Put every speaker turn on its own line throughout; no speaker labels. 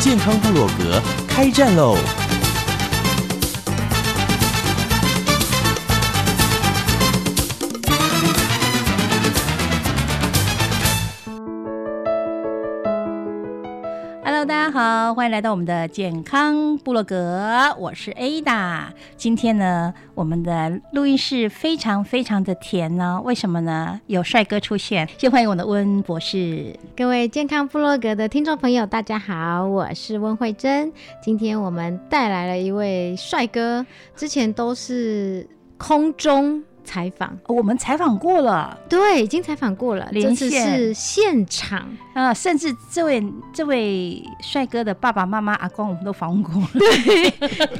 健康部落格开战喽！
Hello，大家好，欢迎来到我们的健康部落格，我是 Ada。今天呢，我们的录音室非常非常的甜呢、为什么呢？有帅哥出现，先欢迎我的温博士。
各位健康部落格的听众朋友，大家好，我是温慧珍。今天我们带来了一位帅哥，之前都是空中采访，
哦我们采访过了，
对，已经采访过了，
连
这
线
次是现场，
啊、甚至这位这位帅哥的爸爸妈妈、阿公，我们都访问过了。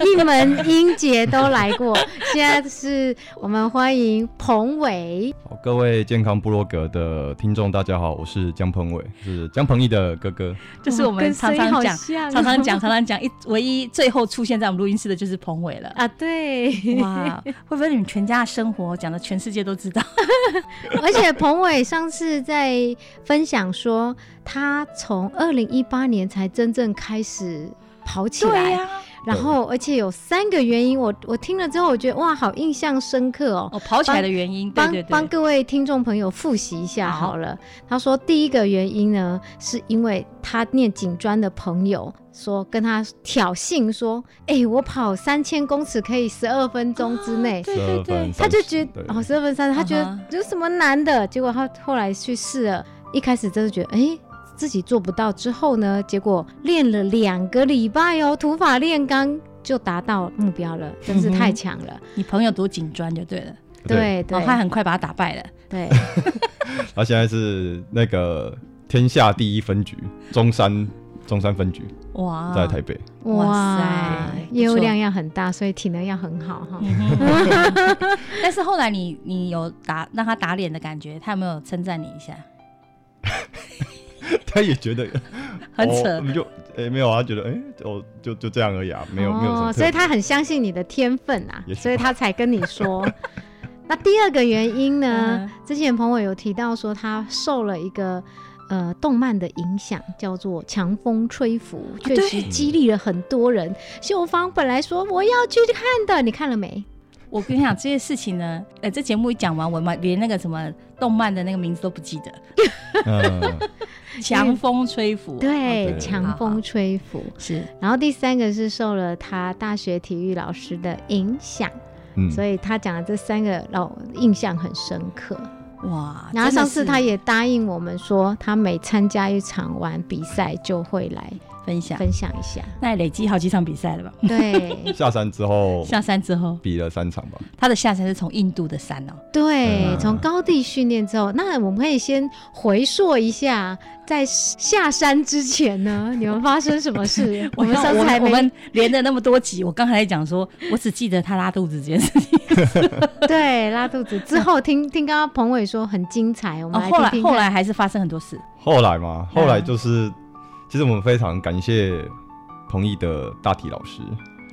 一门英杰都来 过。现在是我们欢迎彭伟，
好，各位健康部落格的听众，大家好，我是江鹏伟，是江鹏毅的哥哥。
这是我
哇
们
跟
常
声音
常
好
讲、
像哦
常常讲、常常讲，一唯一最后出现在我们录音室的就是彭伟了。
啊，对，
哇，会不会你们全家的生活讲的全世界都知道？
而且彭伟上次在分享说，他从二零一八年才真正开始跑起来，然后而且有三个原因，我我听了之后，我觉得哇，好印象深刻哦。
哦，跑起来的原因，对
帮
对对
帮，各位听众朋友复习一下
好
好了。他说第一个原因呢，是因为他念警专的朋友说跟他挑衅说，哎、我跑三千公尺可以十二分钟之内，
啊对对对，
他就觉得
对
哦，十二分三十，他觉
嗯哼
得有什么难的？结果他后来去试了，一开始真的觉得哎、诶自己做不到，之后呢，结果练了两个礼拜哦，土法炼钢就达到目标了，真是太强了。
你朋友读警专就对了，
对对
哦，他很快把他打败了，
对，
他现在是那个天下第一分局中山中山分局，
啊
哇，
在台北。
哇
哇
塞
塞，
不
业务
错
量要很大，所以体能要很好哈。
嗯哼。 但是后来你你有打让他打脸的感觉，他有没有称赞你一下？
哦他也觉得
很
哦
扯，
你就诶、没有啊，他觉得诶，哦就就这样而已啊，没有、没有什么
哦，
特别。
所以他很相信你的天分啊
也，许
所以他才跟你 说。那第二个原因
嗯
呢？之前朋友有提到说他受了一个呃动漫的影响，叫做《强风吹拂》，确实激励了很多人。秀芳本来说我要去看的，你看了没？
我跟你讲这些事情呢，呃，这节目一讲完，我嘛连那个什么动漫的那个名字都不记得，
嗯，
强风吹拂，
对，
啊
《
对
强风吹拂》。
是
然后第三个是受了他大学体育老师的影响，
嗯
所以他讲的这三个让我印象很深刻。
哇，
然
啊真
后
的
上次
是
他也答应我们说，他每参加一场完比赛就会来
分享，
分享 一下。
那也累积好几场比赛了吧？
对
下山之后
下山之后，
比了三场吧。
他的下山是从印度的山哦，？
对，
嗯
从高地训练之后，那我们可以先回溯一下，在下山之前呢， 你们发生什么事我们
要
上次还
我
没
们连着那么多集，我刚才在讲说，我只记得他拉肚子这件事情。
对拉肚子之后，听听刚刚彭伟说很精彩， 我
哦
们来
后来
听听
后
看
来还是发生很多事，
后来嘛，
嗯
后来就是，其实我们非常感谢彭毅的大体老师，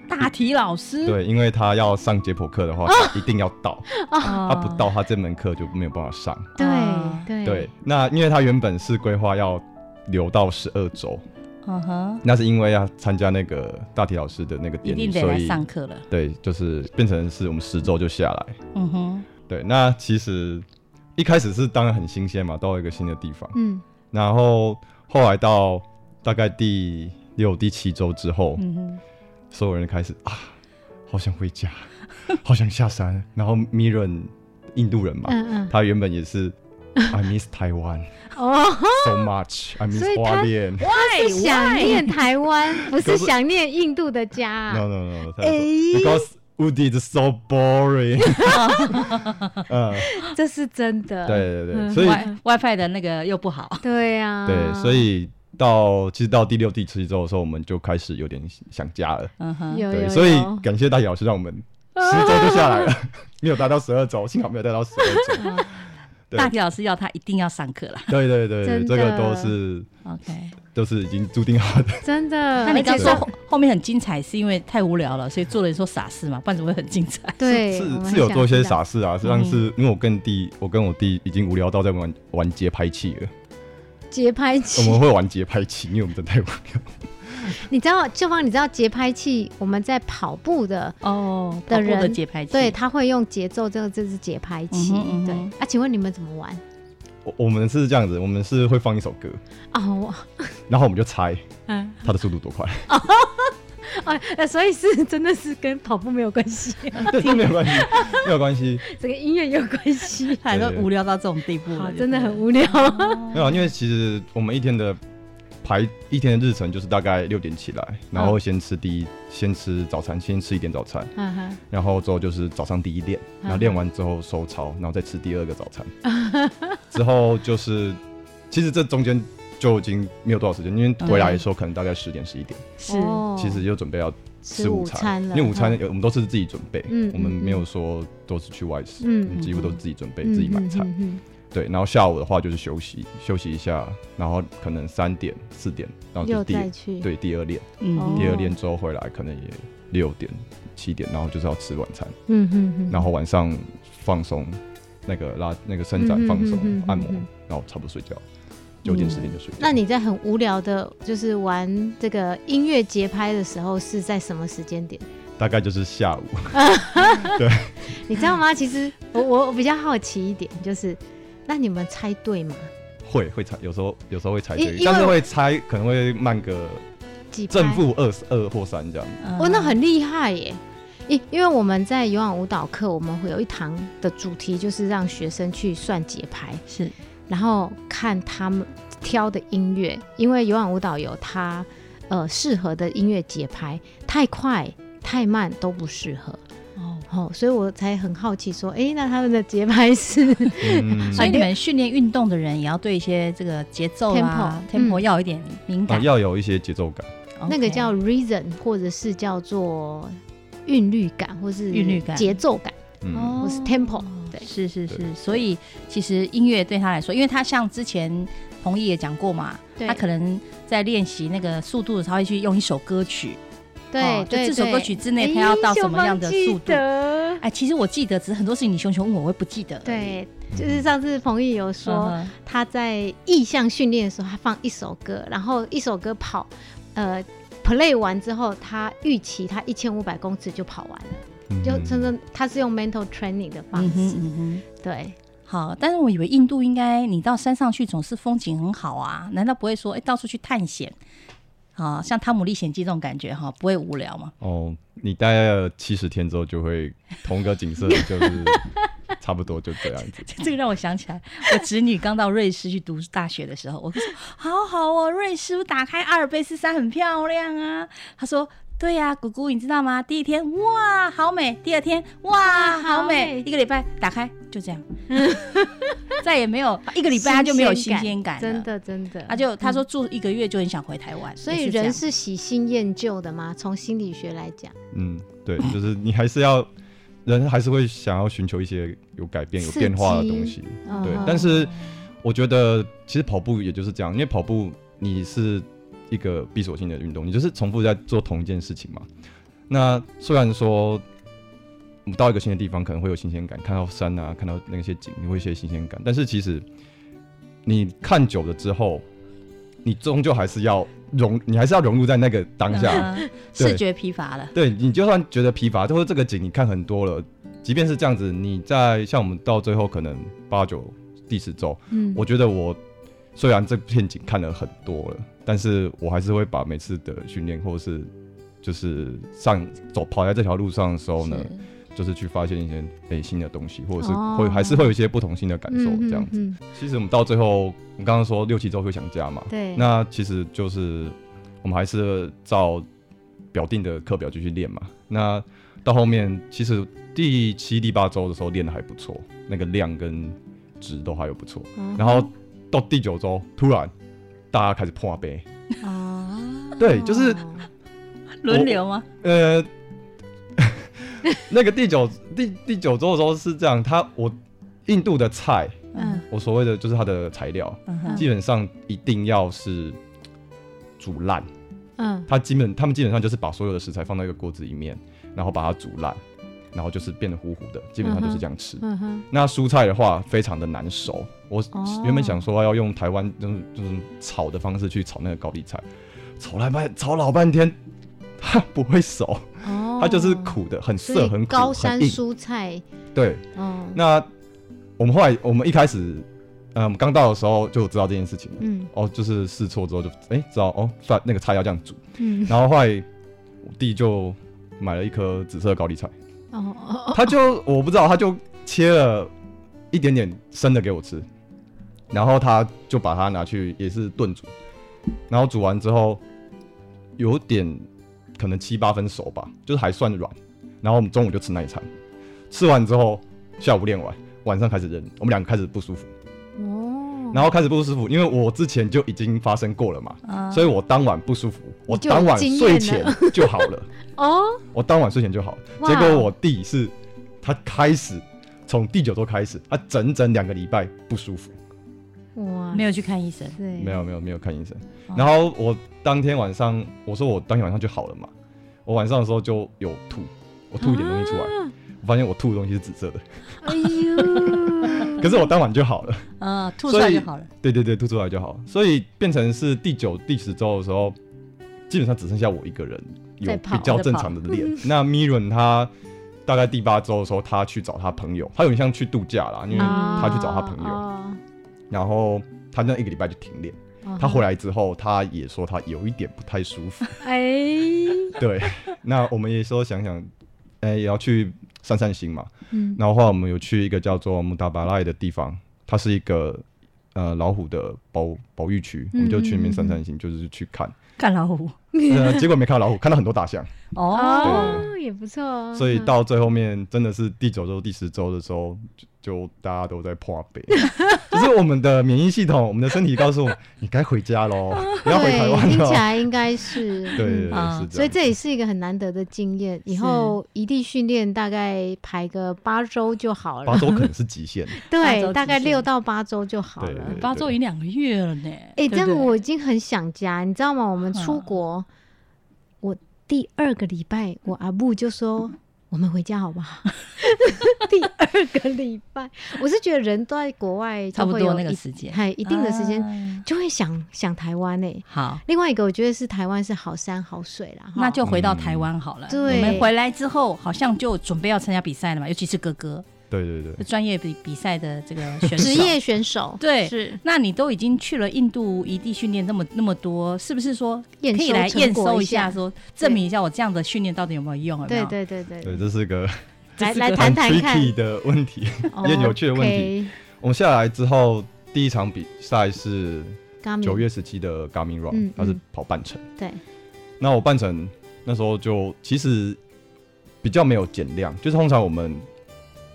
大体老师
对，因为他要上解剖课的
哦
话，他一定要到。
他
他啊不，到，他这门课就没有办法上。
啊
对
对，那因为他原本是规划要留到十二周，
嗯哼，
那是因为要参加那个大体老师的那个
一
典
定
礼，
得
所
来
以
上课了，
对，就是变成是我们十周就下来。
嗯哼，
对，那其实一开始是当然很新鲜嘛，到一个新的地方，
嗯，
然后后来到大概第六、第七周之后，
嗯哼，
所有人开始啊，好想回家， 好想下山。然后 Miran 印度人嘛，
嗯嗯
他原本也是 I miss Taiwan。
哦，
so much. I miss
所以他
花莲。
是想
Why？
念台湾，不
可
是
是
想念印度的家啊、
No no no. 他
哎
说 Because Woody is so boring. 嗯，
这是真的。
对对对，
哦嗯
所以
Wi- WiFi 的那个又不好，
对呀、啊，
对，所以到其实到第六、第七周的时候，我们就开始有点想家了。
嗯哼，
有有
对，
有，
所以感谢大姐老师让我们十周就下来了，没有达到十二周，幸好没有达到十二周。对
大体老师要他一定要上 课啦。
对对对，
真的
这个都是
OK，
都是已经注定好的。
真的。
那你刚
而且
说
他
后后面很精彩，是因为太无聊了，所以做了一说傻事嘛，不然怎么会很精彩？
对，我
是
们
是有
想
做一些
知道
傻事啊，实际上
嗯
是因为我跟弟，我跟我弟已经无聊到在玩玩节拍器了。
节拍
我
器
们。会玩节拍器，因为我们真的太无聊。
你知道，秀芳，你知道节拍器我们在跑步的，
哦，
的
跑步的
人
节拍器，
对，他会用节奏，这个这是节拍
嗯
器。
哼嗯哼
对啊，请问你们怎么玩？
我我们是这样子，我们是会放一首歌，
哦，我
然后我们就猜
嗯，
它的速度多快。
哦，呃所以是真的是跟跑步没有 关系，
对，这没有关系，没有关系。
这个音乐有关系。
他都无聊到这种地步
好
了，，
真的很
无。
无聊。
没有啊，因为其实我们一天的排一天的日程就是大概六点起来，然后先吃第一，先吃早餐，先吃一点早餐，
嗯哼
然后之后就是早上第一练，然后
嗯
练完之后收操，然后再吃第二个早餐， 之后就是其实这中间就已经没有多少时间，因为回来的时候可能大概十点十一点，
是
哦
其实就准备要吃
吃
午
餐
餐，
了，
因为午餐
嗯
有我们都是自己准备，
嗯
我们没
嗯
有说都是去外食，
嗯
我们几乎都是自己准备、
嗯
自己买菜。
嗯嗯
对，然后下午的话就是休息休息一下，然后可能三点四点，
嗯
然后就
又
是第
再去。
对第二练，
嗯
第二
哦
练之后回来可能也六点七点，然后就是要吃晚餐，
嗯嗯嗯
然后晚上放松那个拉那个伸展
嗯
放松、
嗯嗯嗯嗯
按摩
嗯，
然后差不多睡觉，九点十点就睡觉。
那你在很无聊的，就是玩这个音乐节拍的时候，是在什么时间点？
大概就是下午，
你知道 吗？其实我我我比较好奇一点，就是那你们猜对吗？
会会猜，有时候有时候会猜
因
对，
因
但是
为
会猜可能会慢个
几拍
正负二二或三 这样。
嗯
哦，那很厉害耶！因因为我们在有氧舞蹈课，我们会有一堂的主题就是让学生去算节拍，
是
然后看他们挑的音乐，因为有氧舞蹈有它呃适合的音乐节拍，太快太慢都不适合。
哦。
哦，所以我才很好奇说，哎、那他们的节 拍是
嗯，
所以你们训练运动的人，也要对一些这个节奏啊、
Tempo，嗯
tempo 要有一点敏
啊
感。哦
要有一些节奏感。
OK
那个叫 reason，或者是叫做韵律感，或是
韵律感
节奏感，
嗯，
哦
或是 tempo。对，
是是是，
对
所以其实音乐对他来说，因为他像之前彭毅也讲过嘛，
对
他可能在练习那个速度的时候，他会去用一首歌曲，
对
哦就
对
这首歌
对
曲之内，他要到什么样的速度？
哎
哎，其实我记得，只是很多事情你熊熊问我，我也不记得而已。
对，就是上次彭毅有说，
嗯哼，
他在意向训练的时候，他放一首歌，然后一首歌跑，呃，play 完之后，他预期他一千五百公尺就跑完了，就
嗯
真正他是用 mental training 的方
嗯哼
式，
嗯哼。
对，
好，但是我以为印度应该你到山上去总是风景很好啊，难道不会说哎、到处去探险？啊，像《汤姆历险记》这种感觉哈，不会无聊吗？
哦，你待了七十天之后，就会同个 景色，就是差不多就这样子。
这个让我想起来，我侄女刚到瑞士去读大学的时候，我就说好好哦，瑞士我打开阿尔卑斯山很漂亮啊。她说。对呀、姑姑，你知道吗？第一天哇，好美；第二天哇，好
好
美
美。
一个礼拜打开就 这样，再也没有一个礼拜，她就没有新鲜感了。
真，的真的，嗯
她啊就她说住一个月就很想回台湾。
所
也
以
是这样
人是喜新厌旧的吗？从心理学来讲，
嗯，对，就是你还是要，人还是会想要寻求一些有改变、有
刺
变化的
激
东西。
嗯
对
哼，
但是我觉得其实跑步也就是这样，因为跑步你是一个闭锁性的运动，你就是重复在做同一件事情嘛。那虽然说我们到一个新的地方可能会有新鲜感，看到山啊，看到那些景，你会有一些新鲜感，但是其实你看久了之后，你终究还是要融，你还是要融入在那个当下。
嗯
对
视觉疲乏 了。
对你就算觉得疲乏，或者这个景你看很多了，即便是这样子，你在像我们到最后可能八九第十周，
嗯
我觉得我虽然这片景看了很多了，但是我还是会把每次的训练或是就是上走跑在这条路上的时候呢，就是去发现一些诶新的东西，或者是
哦
会、还是会有一些不同新的感受
嗯
这样子。
嗯嗯
其实我们到最后，我们刚刚说六七周会想家嘛，
对，
那其实就是我们还是照表定的课表继续练嘛。那到后面其实第七、第八周的时候练的还不错，那个量跟值都还有不错。
嗯哼
然后到第九周突然。大家开始破杯，
哦，
对就是
轮流吗？
呃， 那个第九第第九周的时候是这样，它我印度的菜，
嗯
我所谓的就是它的材料，
嗯哼，
基本上一定要是煮烂。
嗯
它基本他们基本上就是把所有的食材放到一个锅子里面，然后把它煮烂，然后就是变得糊糊的，基本上就是这样吃。
嗯哼，
那蔬菜的话非常的难熟，我
哦
原本想说要用台湾就是就是炒的方式去炒那个高丽菜，炒了半炒老半天，它不会熟，
哦，
它就是苦的，很
所
涩，
以
很苦，
高山
很硬。
蔬菜，
对，
哦，
那我们后来我们一开始，嗯，我们刚到的时候就知道这件事情了。
嗯
哦，就是试错之后就哎、知道哦，算那个菜要这样煮，
嗯，
然后后来我弟就买了一颗紫色的高丽菜，
哦哦，
他就我不知道，他就切了一点点生的给我吃，然后他就把它拿去也是炖煮，然后煮完之后有点可能七八分熟吧，就是还算软，然后我们中午就吃那一餐，吃完之后下午练完，晚上开始扔，我们两个开始不舒服，
哦，
然后开始不舒服，因为我之前就已经发生过了嘛，
啊
所以我当晚不舒服，我
你就有
当晚
经验
睡
了
前就好了。
哦，
我当晚睡前就好。
哇
结果我弟是，他开始从第九周开始，他整整两个礼拜不舒服，
哦哇，
嗯没有去看医生，
对，
没有没有没有看医生
哦。
然后我当天晚上，我说我当天晚上就好了嘛，我晚上的时候就有吐，我吐一点东西出来，
啊
我发现我吐的东西是紫色的，
哎 呦，
可是我当晚就好了。
啊，吐出
所以
来就好了。
对对对，吐出来就好了，所以变成是第九、第十周的时候，基本上只剩下我一个人有
在跑
比较正常的练。那 Mirren 他大概第八周的时候，他去找他朋友，他有点像去度假啦，因为
啊
他去找他朋友，
哦
然后他那一个礼拜就停练。
哦
他回来之后，他也说他有一点不太舒服。
哎，
对，那我们也说想想，哎、也要去散散心嘛。
嗯，
然后后来我们有去一个叫做穆达巴赖的地方，它是一个呃老虎的保保育区，我们就去那边散
嗯
散心，就是去看。
看老虎
呃，结果没看到老虎，看到很多 大象，
哦，
哦，也不错哦，
所以到最后面真的是第九周、第十周的时候，就就大家都在破 杯，就是我们的免疫系统，我们的身体告诉我们，你该回 家喽，你要回台
哦对，
湾
听起
喽。
来应该是
对 对对，
嗯
啊
是这
所以
样。
这也是一个很难得的经验，以后一地训练大概排个八周就好
八
了，
周可能是极限，
八周
对，
极
大概
限
六到八周就好
对
了
对。
八周已经两个月了呢。
哎，
对不
这样
对
我已经很想家，你知道吗？我们出
嗯
国，我第二个礼拜，我阿布就说。我们回家好 不好？ 第二个礼拜，我是觉得人都在国外，
差不
就会有
多那个
一
时间
还一定的时间
啊
就会想想台湾呢、
好，
另外一个，我觉得是台湾是好山好水啦，哈
那就回到
嗯
台湾好了。
对
我们回来之后好像就准备要参加比赛了嘛，尤其是哥哥
对对 对，
专业比比赛的这个选手
职。业选手
对
是
那你都已经去了印度一地训练那么那么多，是不是说
验
可以
收
来
成
验
果
收
一
一下
下
说证明一下我这样的训练到底有没有用？有没
对
有，
对对对，
对，这是个
来
这
来
个
谈
很
谈看，
tricky 的问题。
哦
也有趣的问题。我们下来之后，第一场比赛是
OK，刚
九月十七的 Garmin Run，、
嗯
它是
嗯
跑半程。
对，
那我半程那时候就其实比较没有减量，就是通常我们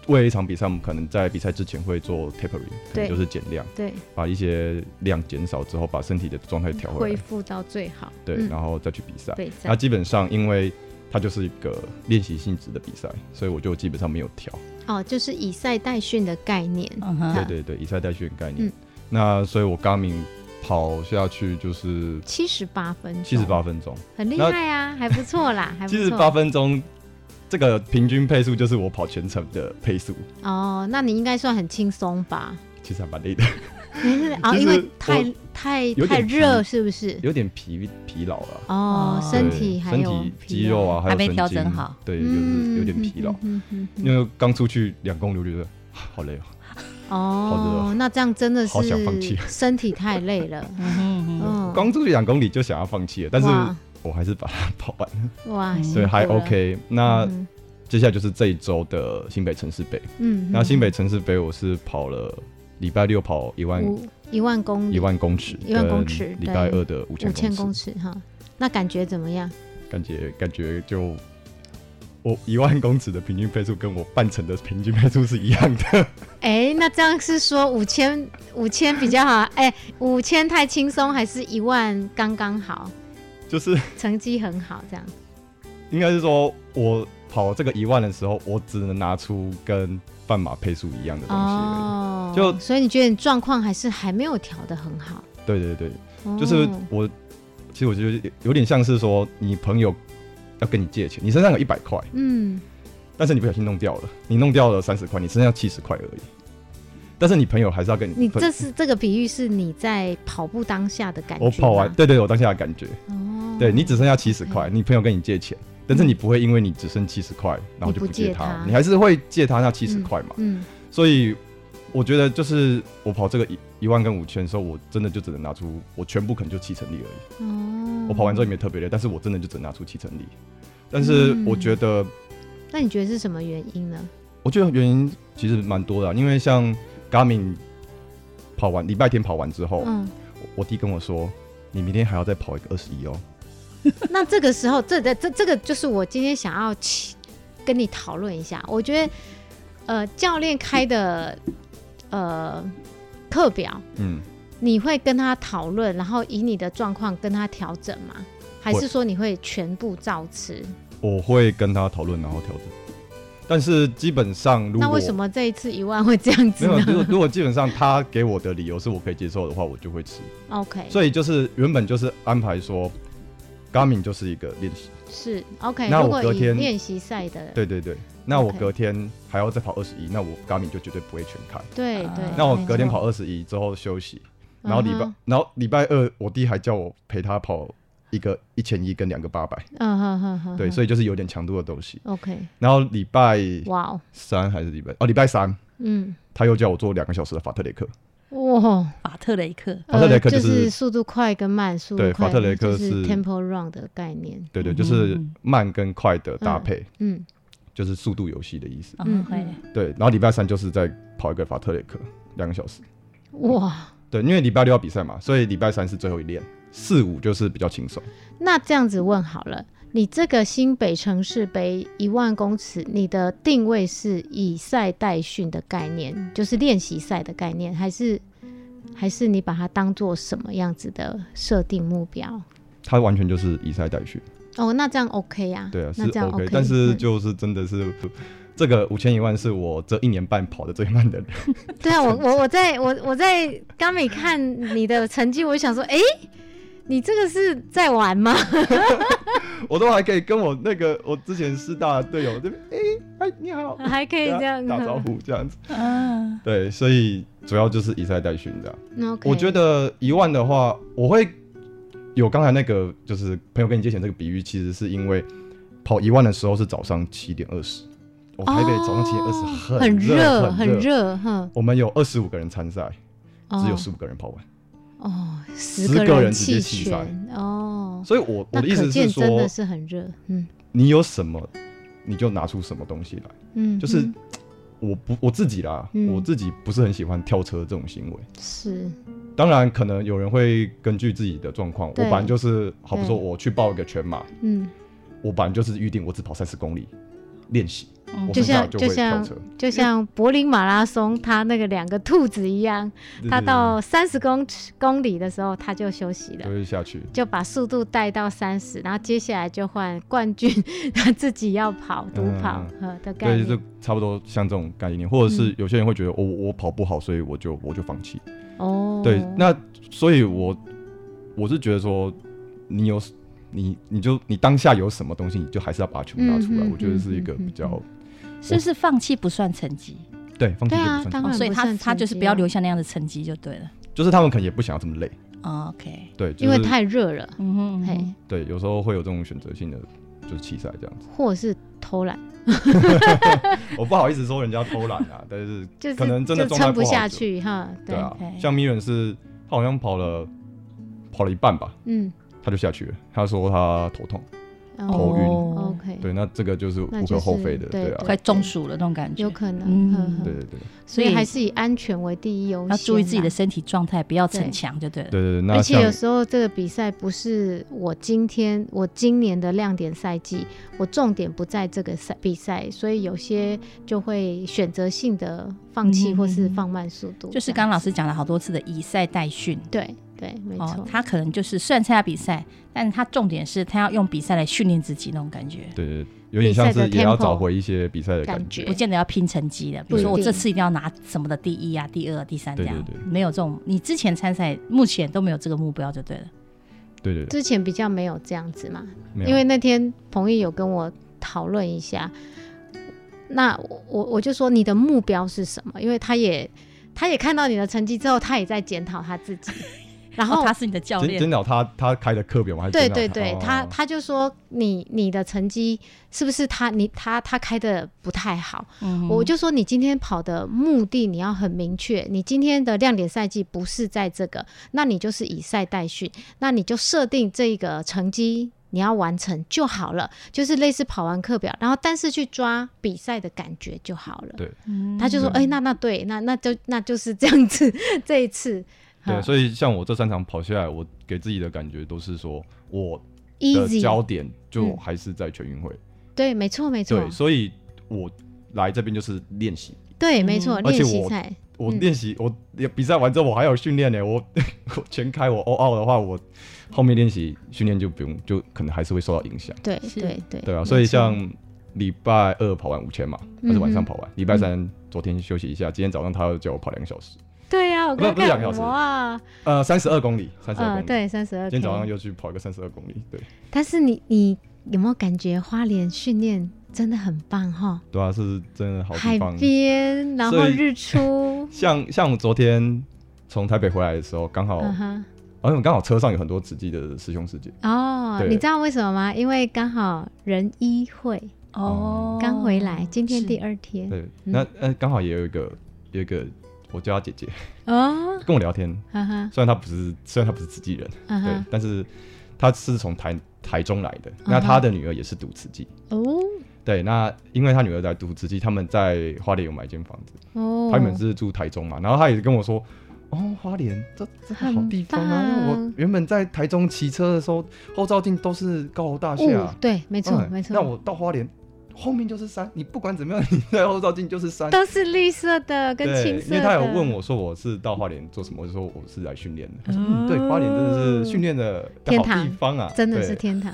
为一场比赛，我们可能在比赛之前会做 tapering，可
对
能就是减量，
对
把一些量减少之后，把身体的状态调回
嗯恢
来，啊
复到最好。
对，
嗯
然后再去比赛。
对，
那基本上因为它就是一个练习性质的比赛，所以我就基本上没有调。
哦，就是以赛代训的概念。
啊
嗯哼，
对对对，以赛代训概念。
嗯
那所以我刚明跑下去就是
七十八分钟，
七十八分钟，
很厉害啊，还不错啦，还不错。
七十八分钟，这个平均配速就是我跑全程的配速，
哦，那你应该算很轻松 吧？
其实还蛮累 的，
啊，因
其实
为太
我
太
有点
太热，
疲
是不是？
有点疲疲劳了。
哦，
哦
身
对
体还
身
有
体
疲
肌肉
劳，
啊，还有
还没
神
调整
经
好，
对，就是
嗯
有点疲劳。。
嗯嗯嗯嗯嗯
因为刚出去两公里我就觉得啊好累哦，
哦
好热哦，
那这样真的
好想放
是
弃
身体太累 了。
嗯哼嗯哼，
嗯，
刚出去两公里就想要放弃了，但是
哇
我还是把它跑完，
哇，
嗯
辛
所以还
苦了
OK。那
嗯
接下来就是这一周的新北城市杯，
嗯，
那新
嗯
北城市杯我是跑了礼拜六跑一万
五一万公里
一万公尺，
一万公尺
跟礼拜二的五
五千
千
公
公尺，
尺哈，那感觉怎么样？
感觉感觉就我一万公尺的平均配速跟我半程的平均配速是一样的。
哎，那这样是说五千五千比较好？哎，五千太轻松，还是一万刚刚好？
就是
成绩很好，这样
应该是说我跑这个一万的时候，我只能拿出跟半马配速一样的东西而已。
哦
就
所以你觉得你状况还是还没有调的很好，
对对对，就是
哦
我，其实我觉得有有点像是说你朋友要跟你借钱，你身上有一百块，
嗯，
但是你不小心弄掉了，你弄掉了三十块，你身上七十块而已。但是你朋友还是要跟你，
你这是这个比喻是你在跑步当下的感觉吗，
我跑完，对对，我当下的感觉，
哦，
对你只剩下七十块，
OK
你朋友跟你借钱，但是你不会因为你只剩七十块，然后
嗯你
就
不
借
借他
你还是会借他那七十块嘛。
嗯
所以我觉得就是我跑这个一一万跟五千的时候，我真的就只能拿出我全部可能就七成力而已。
哦，
我跑完之后也没有特别累，但是我真的就只能拿出七成力。但是
嗯
我觉得，
那你觉得是什么原因呢？
我觉得原因其实蛮多的啊、因为像 Garmin 跑完礼拜天跑完之后，
嗯，
我我弟跟我说，你明天还要再跑一个二十一哦。
那这个时候，这这这这个就是我今天想要起跟你讨论一下。我觉得，呃，教练开的呃课表，
嗯，
你会跟他讨论，然后以你的状况跟他调整吗？还是
会
说你会全部照吃？
我会跟他讨论，然后调整。但是基本上，如果
那为什么这一次一万会这样
没
子
有？
呢
如果如果基本上他给我的理由是我可以接受的话，我就会吃。
？OK，
所以就是原本就是安排说，Garmin 就是一个练习，
是 OK。
那我
如果
隔
以
天
练习赛的，
对对对。那我
OK
隔天还要再跑二十一，那我 Garmin 就绝对不会全开。
对
啊
对，
那我
没
隔天
错
跑，二十一之后休息，然后礼拜
嗯哼，
然后礼拜二我弟还叫我陪他跑一个一千一跟两个八百，
嗯哼哼哼，嗯
对，所以就是有点强度的东西。
以 OK，
然后礼拜
哇哦，
三还是礼拜哦，礼拜三
嗯，
他又叫我做两个小时的法特雷克，
哇。
法特雷克，
法特雷
呃
克
就
就是是
速度快跟慢，速度
对
快
法特雷克
就是 tempo run 的概念。
对对，
嗯
就是慢跟快的搭配，
嗯，
就是速度游戏的意思。
嗯
嗯，
会
对，然后礼拜三就是在跑一个法特雷克两个小时，
哇，
对，因为礼拜六要比赛嘛，所以礼拜三是最后一练，四五就是比较轻松。
那这样子问好了，你这个新北城市杯一万公尺，你的定位是以赛代训的概念，就是练习赛的概念，还是还是你把它当做什么样子的设定目标？
他完全就是以赛代训。
哦，那这样 OK 呀、
对啊，是
那这样
OK，但是
嗯
就是真的是、这个五千一万是我这一年半跑的最慢的人。
对啊，我我我在我我在刚没看你的成绩，我就想说，诶，你这个是在玩吗？
我都还可以跟我那个我之前师大的队友这边，哎、哎，你好，
还啊可以这样嗯
打招。呼这样子。
啊，
对，所以主要就是以赛代训这样。
那 OK，
我觉得一万的话，我会有刚才那个就是朋友跟你借钱这个比喻，其实是因为跑一万的时候是早上七点二十，我、台北早上七点二
哦
十
很
热
很
热。
热，哼，
我们有二十五个人参赛，只有
哦
十五个人跑完。
哦，
10
个
个人直
弃
接弃赛
权哦。
所以我我
那
的意思
可见
是
真
说
的，是很热，嗯
你有什么，你就拿出什么东西来。
嗯，
就是
嗯
我不我自己啦，
嗯
我自己不是很喜欢跳车这种行为。
是
当然，可能有人会根据自己的状况，我
对
本来就是，好比说
对
我去报一个全马，
嗯，
我本来就是预定我只跑三十公里练习，
嗯
我
就
剩下
像
就
就
会跳
像
车。
就像柏林马拉松，它那个两个兔子一样，
对
它
对
到三十公尺公里的时候，它就休息
对
了
就。会下去。
就把速度带到三十，然后接下来就换冠军， 他自己要跑独跑、呃的概
嗯对，
念。嗯
就差不多像这种概念，或者是有些人会觉得我、我跑不好，所以我就我就放弃。
哦，
对，那所以我，我是觉得说，你有你你就你当下有什么东西，你就还是要把它全部拿出来。
嗯嗯
我觉得是一个比较、
嗯
是不是放弃不算成绩？
对放弃
对
就不
啊
算，
当
成
哦
然
绩
所以
不
他
算
他
成
就是
绩
不要
啊
留下那样的成绩就对了。
就是他们可能也不想要这么累，
哦 OK，
对，就是、
因为太热了，
嗯哼嗯
嘿，
哼，
对，有时候会有这种选择性的就是弃赛这样子。
或者是偷懒，
我不好意思说人家偷懒啊，但是
就是
可能真的
就
状态
撑
不
不
好
下
就
去哈。对，
对啊
OK
像米人是他好像跑了跑了一半吧，
嗯，
他就下去了，他说他头痛，
然
头
后
晕
哦
OK， OK，
对，那这个就是
那
无
就
可厚
是
非的，
对
对啊
对，
快中暑了那种感觉
有。可能，
嗯
嗯，呵
对对对
所以还是以安全为第一优先，啊
要注意自己的。身体状态，不要逞强就对了。
对对，那
而且有
像
时候这个比赛不是我今天我今年的亮点赛季，我重点不在这个赛比赛，所以有些就会选择性的放弃
嗯哼
或是
嗯哼
放慢速度这样子。
就是刚刚老师讲了好多次的以赛代训
对对，没错、
哦，他可能就是虽然参加比赛，但他重点是他要用比赛来训练自己那种感觉，
对对，对有点像
比赛
是
的
也要
tempo
找回一些比赛的感
感
觉，
觉
不见得要拼成绩的。比
不
如
一
说我这
定
次一定要拿什么的第一啊、第二、第三这
对
样，
对对
没有这种。你之前参赛目前都没有这个目标就对了。
对对对，
之前比较没有这样子嘛，
没有
因为那天彭毅有跟我讨论一下，那我我我就说你的目标是什么？因为他也他也看到你的成绩之后，他也在检讨他自己，然
哦，
后
他是你的教
检
练
检，讨他他开的课表吗？还是
对
检讨
对对，他
哦
他就说你你的成绩是不是他你他他开的不太好？
嗯
我就说你今天跑的目的你要很明确，你今天的亮点赛季不是在这个，那你就是以赛代训，那你就设定这个成绩你要完成就好了，就是类似跑完课表，然后但是去抓比赛的感觉就好了。
对
嗯
他就说，哎、那那对，那那就那就是这样子， 这一次。
对，
哈
所以像我这三场跑下来，我给自己的感觉都是说我的
easy，
焦点就
嗯
还是在全运会，
对，没错，没错，
对，所以我来这边就是练习。
对，没错，
嗯而且
练习
我
赛，
我
嗯
练习，我比赛完之后我还有训练呢。我 我全开，我欧奥的话，我后面练习训练就不用，就可能还是会受到影响。
对
是
对对，
对啊，
没
所以
错
像礼拜二跑完五千嘛，
嗯哼
他是晚上跑完，礼拜三昨天休息一下，今天早上他又叫我跑两个小时，
对呀、我
不是
刚
不是两
看
个小时
哇，
呃，三十二公里，三十二公
嗯，
里。
对，三十二。
今天早上又去跑一个三十二公里，对
但是你你有没有感觉花莲训练真的很棒哈？
对啊，是真的好
海
地方。
边，然后
所以，
日出
像像我昨天从台北回来的时候，刚好，哦
嗯哼，
好像刚好车上有很多慈济的师兄师姐，
哦，
对
你知道为什么吗？因为刚好仁医会
哦，
哎刚回来，今天
是
第二天
对，那呃刚好也有一个有一个，我叫她姐姐，
哦，嗯
跟我聊天，
哈哈，
虽然她不是虽然她不是慈济人，
哈
对
哈，，
但是她是从台台中来的，
嗯哼
那她的女儿也是读慈济，
哦
对，那因为她女儿在读慈济，他们在花莲有买一间房子，
哦，
他原本是住台中嘛，然后她也跟我说。哦，花莲这这个好地方啊！因
很
为
棒
我原本在台中骑车的时候，后照镜都是高楼大厦、
哦，对，没错
嗯
没
那
错，
我到花莲，后面就是山，你不管怎么样，你在后照镜就是山。
都是绿色的跟
对，
青色
因
的。
为他有问我说我是到花莲做什么，我就说我是来训练的。他说嗯，对，花莲真的是训练的
天
好
堂
地方啊，
哦真的
对
是天 堂，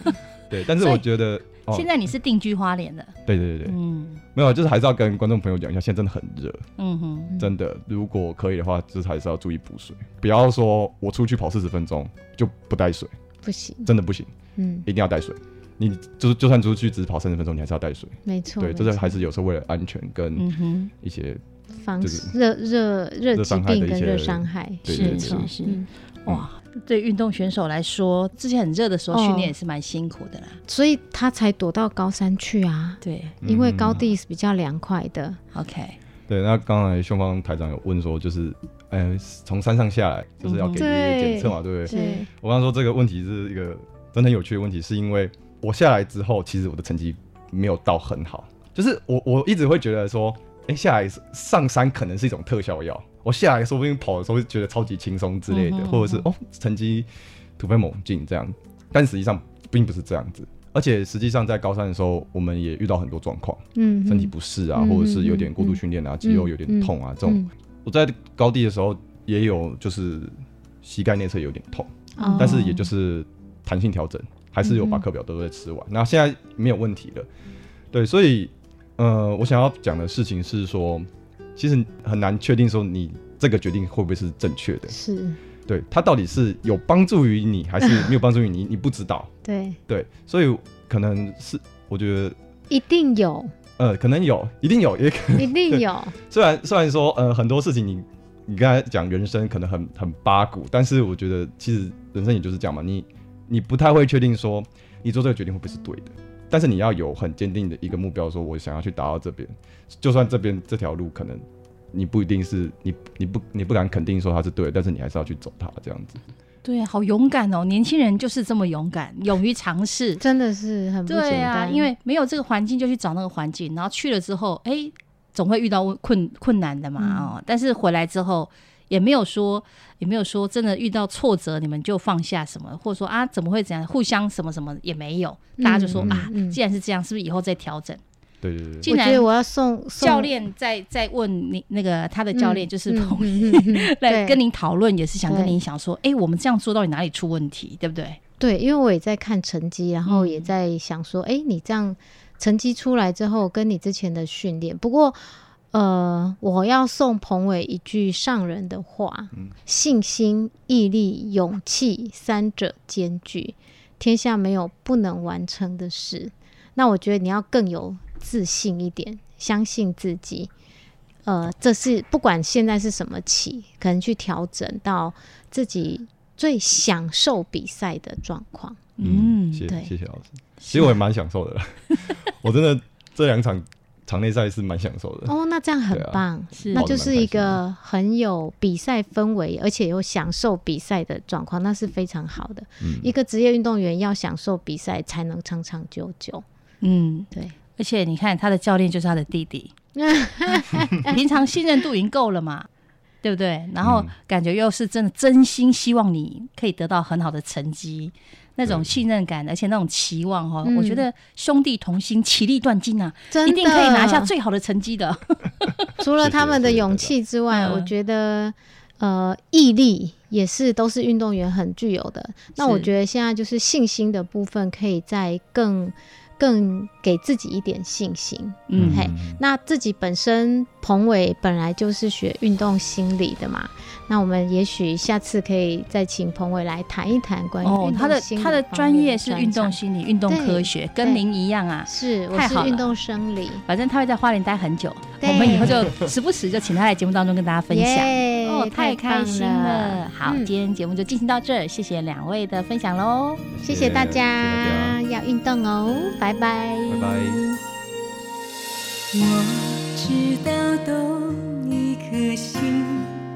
对。但是
所以
我觉得，哦，
现在你是定居花莲的，
对对对对，
嗯
没有，就是还是要跟观众朋友讲一下，现在真的很热，
嗯哼，
真的，如果可以的话，就是还是要注意补水，不要说我出去跑四十分钟就不带水，
不行，
真的不行，
嗯，
一定要带水。你就就算出去只跑三十分钟，你还是要带水。
没错，
对，
没
这是
错
还是有时候为了安全跟
嗯哼，
一些
防
就是
热热热
热
疾
伤害的
病
一
跟
些
热伤害，
对
是
对对
是
对
是
嗯，
哇，对运动选手来说，之前很热的时候
哦
训练也是蛮辛苦的啦。
所以他才躲到高山去啊，
对
因为
嗯
高地是比较凉快的，
，OK，
对，那刚才秀芳台长有问说，就是，呃，从山上下来，就是要给
嗯哼
爷爷检测嘛，对不对？
对，
我刚刚说这个问题是一个真的很有趣的问题，是因为我下来之后，其实我的成绩没有到很好，就是我我一直会觉得说，哎、下来上山可能是一种特效药，我下来说不定跑的时候会觉得超级轻松之类的，
嗯哼
或者是哦成绩突飞猛进这样，但实际上并不是这样子，而且实际上在高山的时候，我们也遇到很多状况。
嗯，
身体不适啊，
嗯
或者是有点过度训练啊，肌肉有点痛啊，这种。我在高地的时候也有，就是膝盖内侧有点痛，
嗯，
但是也就是弹性调整，还是有把课表都在吃完。那现在没有问题了，对，所以呃，我想要讲的事情是说，其实很难确定说你这个决定会不会是正确的，
是，
对，它到底是有帮助于你还是没有帮助于你，你不知道，
对，
对，所以可能是我觉得。
一定有，
呃，可能有，一定有，也可
一定有，
虽然虽然说呃很多事情你你刚才讲人生可能很很八股，但是我觉得其实人生也就是这样嘛，你你不太会确定说你做这个决定会不会是对的，但是你要有很坚定的一个目标，说我想要去达到这边，就算这边这条路可能你不一定是你你不你不敢肯定说它是对的，但是你还是要去走它这样子。
对，好勇敢哦！年轻人就是这么勇敢，勇于尝试。
真的是很不简单。
对啊，因为没有这个环境就去找那个环境，然后去了之后，哎，总会遇到困困难的嘛、
嗯
哦。但是回来之后也没有说，也没有说真的遇到挫折你们就放下什么，或者说啊怎么会怎样，互相什么什么也没有，大家就说、
嗯
啊，
嗯
既然是这样，是不是以后再调整？
对对对
竟
我
然
觉得我要送送
教练在在问你那个他的教练就是
嗯
彭
嗯嗯嗯嗯
来
对
跟您讨论，也是想跟
对
您想说，哎，我们这样做到底哪里出问题，对不对？
对，因为我也在看成绩，然后也
嗯
在想说，哎、你这样成绩出来之后，跟你之前的训练，不过，呃，我要送彭伟一句上人的话：
嗯
信心、毅力、勇气三者兼具，天下没有不能完成的事。那我觉得你要更有自信一点，相信自己。呃，这是不管现在是什么期，可能去调整到自己最享受比赛的状 况。
嗯，谢
对
谢谢老师。其实我也蛮享受的啦， 我真的这两场场内赛是蛮享受的。
哦，那这样很
对啊
棒，
是
那就是一个很有比赛氛围，而且有享受比赛的状况，那是非常好的。
嗯
一个职业运动员要享受比赛，才能长长久久。
嗯，
对，
而且你看他的教练就是他的弟 弟，平常信任度已经够了嘛，对不对？然后
嗯
感觉又是真的真心希望你可以得到很好的成绩，那种
对
信任感，而且那种期望哦，
嗯
我觉得兄弟同心，其利断金啊，
真的
一定可以拿下。 最好的成绩的。
除了他们的
谢谢谢谢
勇气之外，
嗯
我觉得呃，毅力也是都是运动员很具有的。那
是
我觉得现在就是信心的部分，可以再更更给自己一点信心。
嗯
嘿那自己本身，彭伟本来就是学运动心理的嘛，那我们也许下次可以再请彭伟来谈一谈关于
哦
运，
他
动
的
心理
他的
方
专
面
业是运动
专长
心理、运动
对
科学，跟
对
您一样啊。
是，我
太好
是
了
运动生理，
反正他会在花莲待很久，
对
我们以后就时不时就请他来节目当中跟大家分享。
耶
哦，太开
棒
心
了
了！！好，
嗯
今天节目就进行到这儿，谢谢两位的分享喽。
谢谢大家，要运动哦，拜拜，
拜拜。
我知道懂一颗心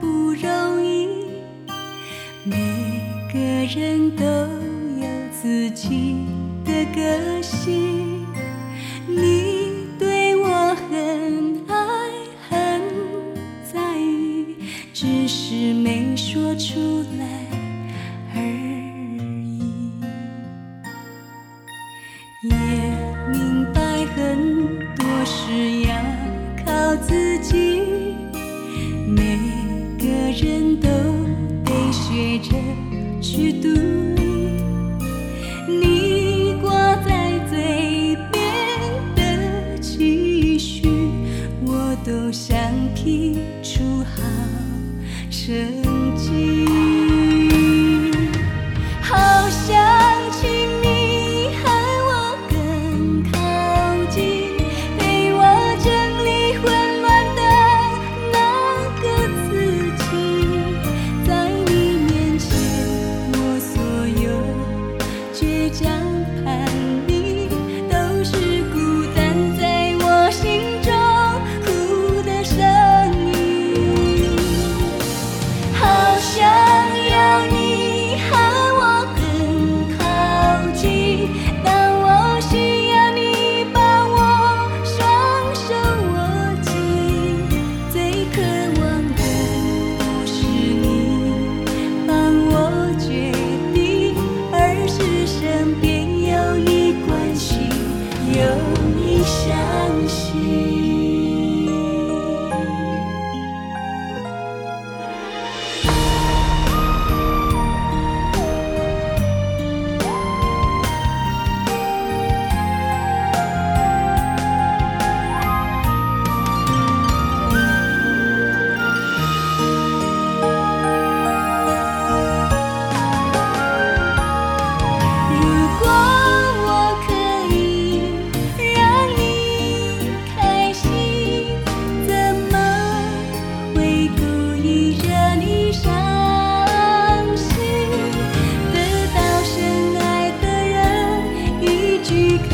不容易，每个人都有自己的个性。你对我很爱，很在意，只是没说出来而已。也明白很多事要靠自己，每个人都得学着去独立。你挂在嘴边的期许，我都想拼出好成绩。好想请你和我更靠近，陪我整理混乱的那个自己，在你面前，我所有倔强叛逆，都是孤单在我心中哭的声音。好想要你和我更靠近，当我需要你把我双手握紧，最渴望的不是你帮我决定，而是身边有你关心，有你相信。如果我可以让你开心，怎么会故意惹你伤心？得到深爱的人一句肯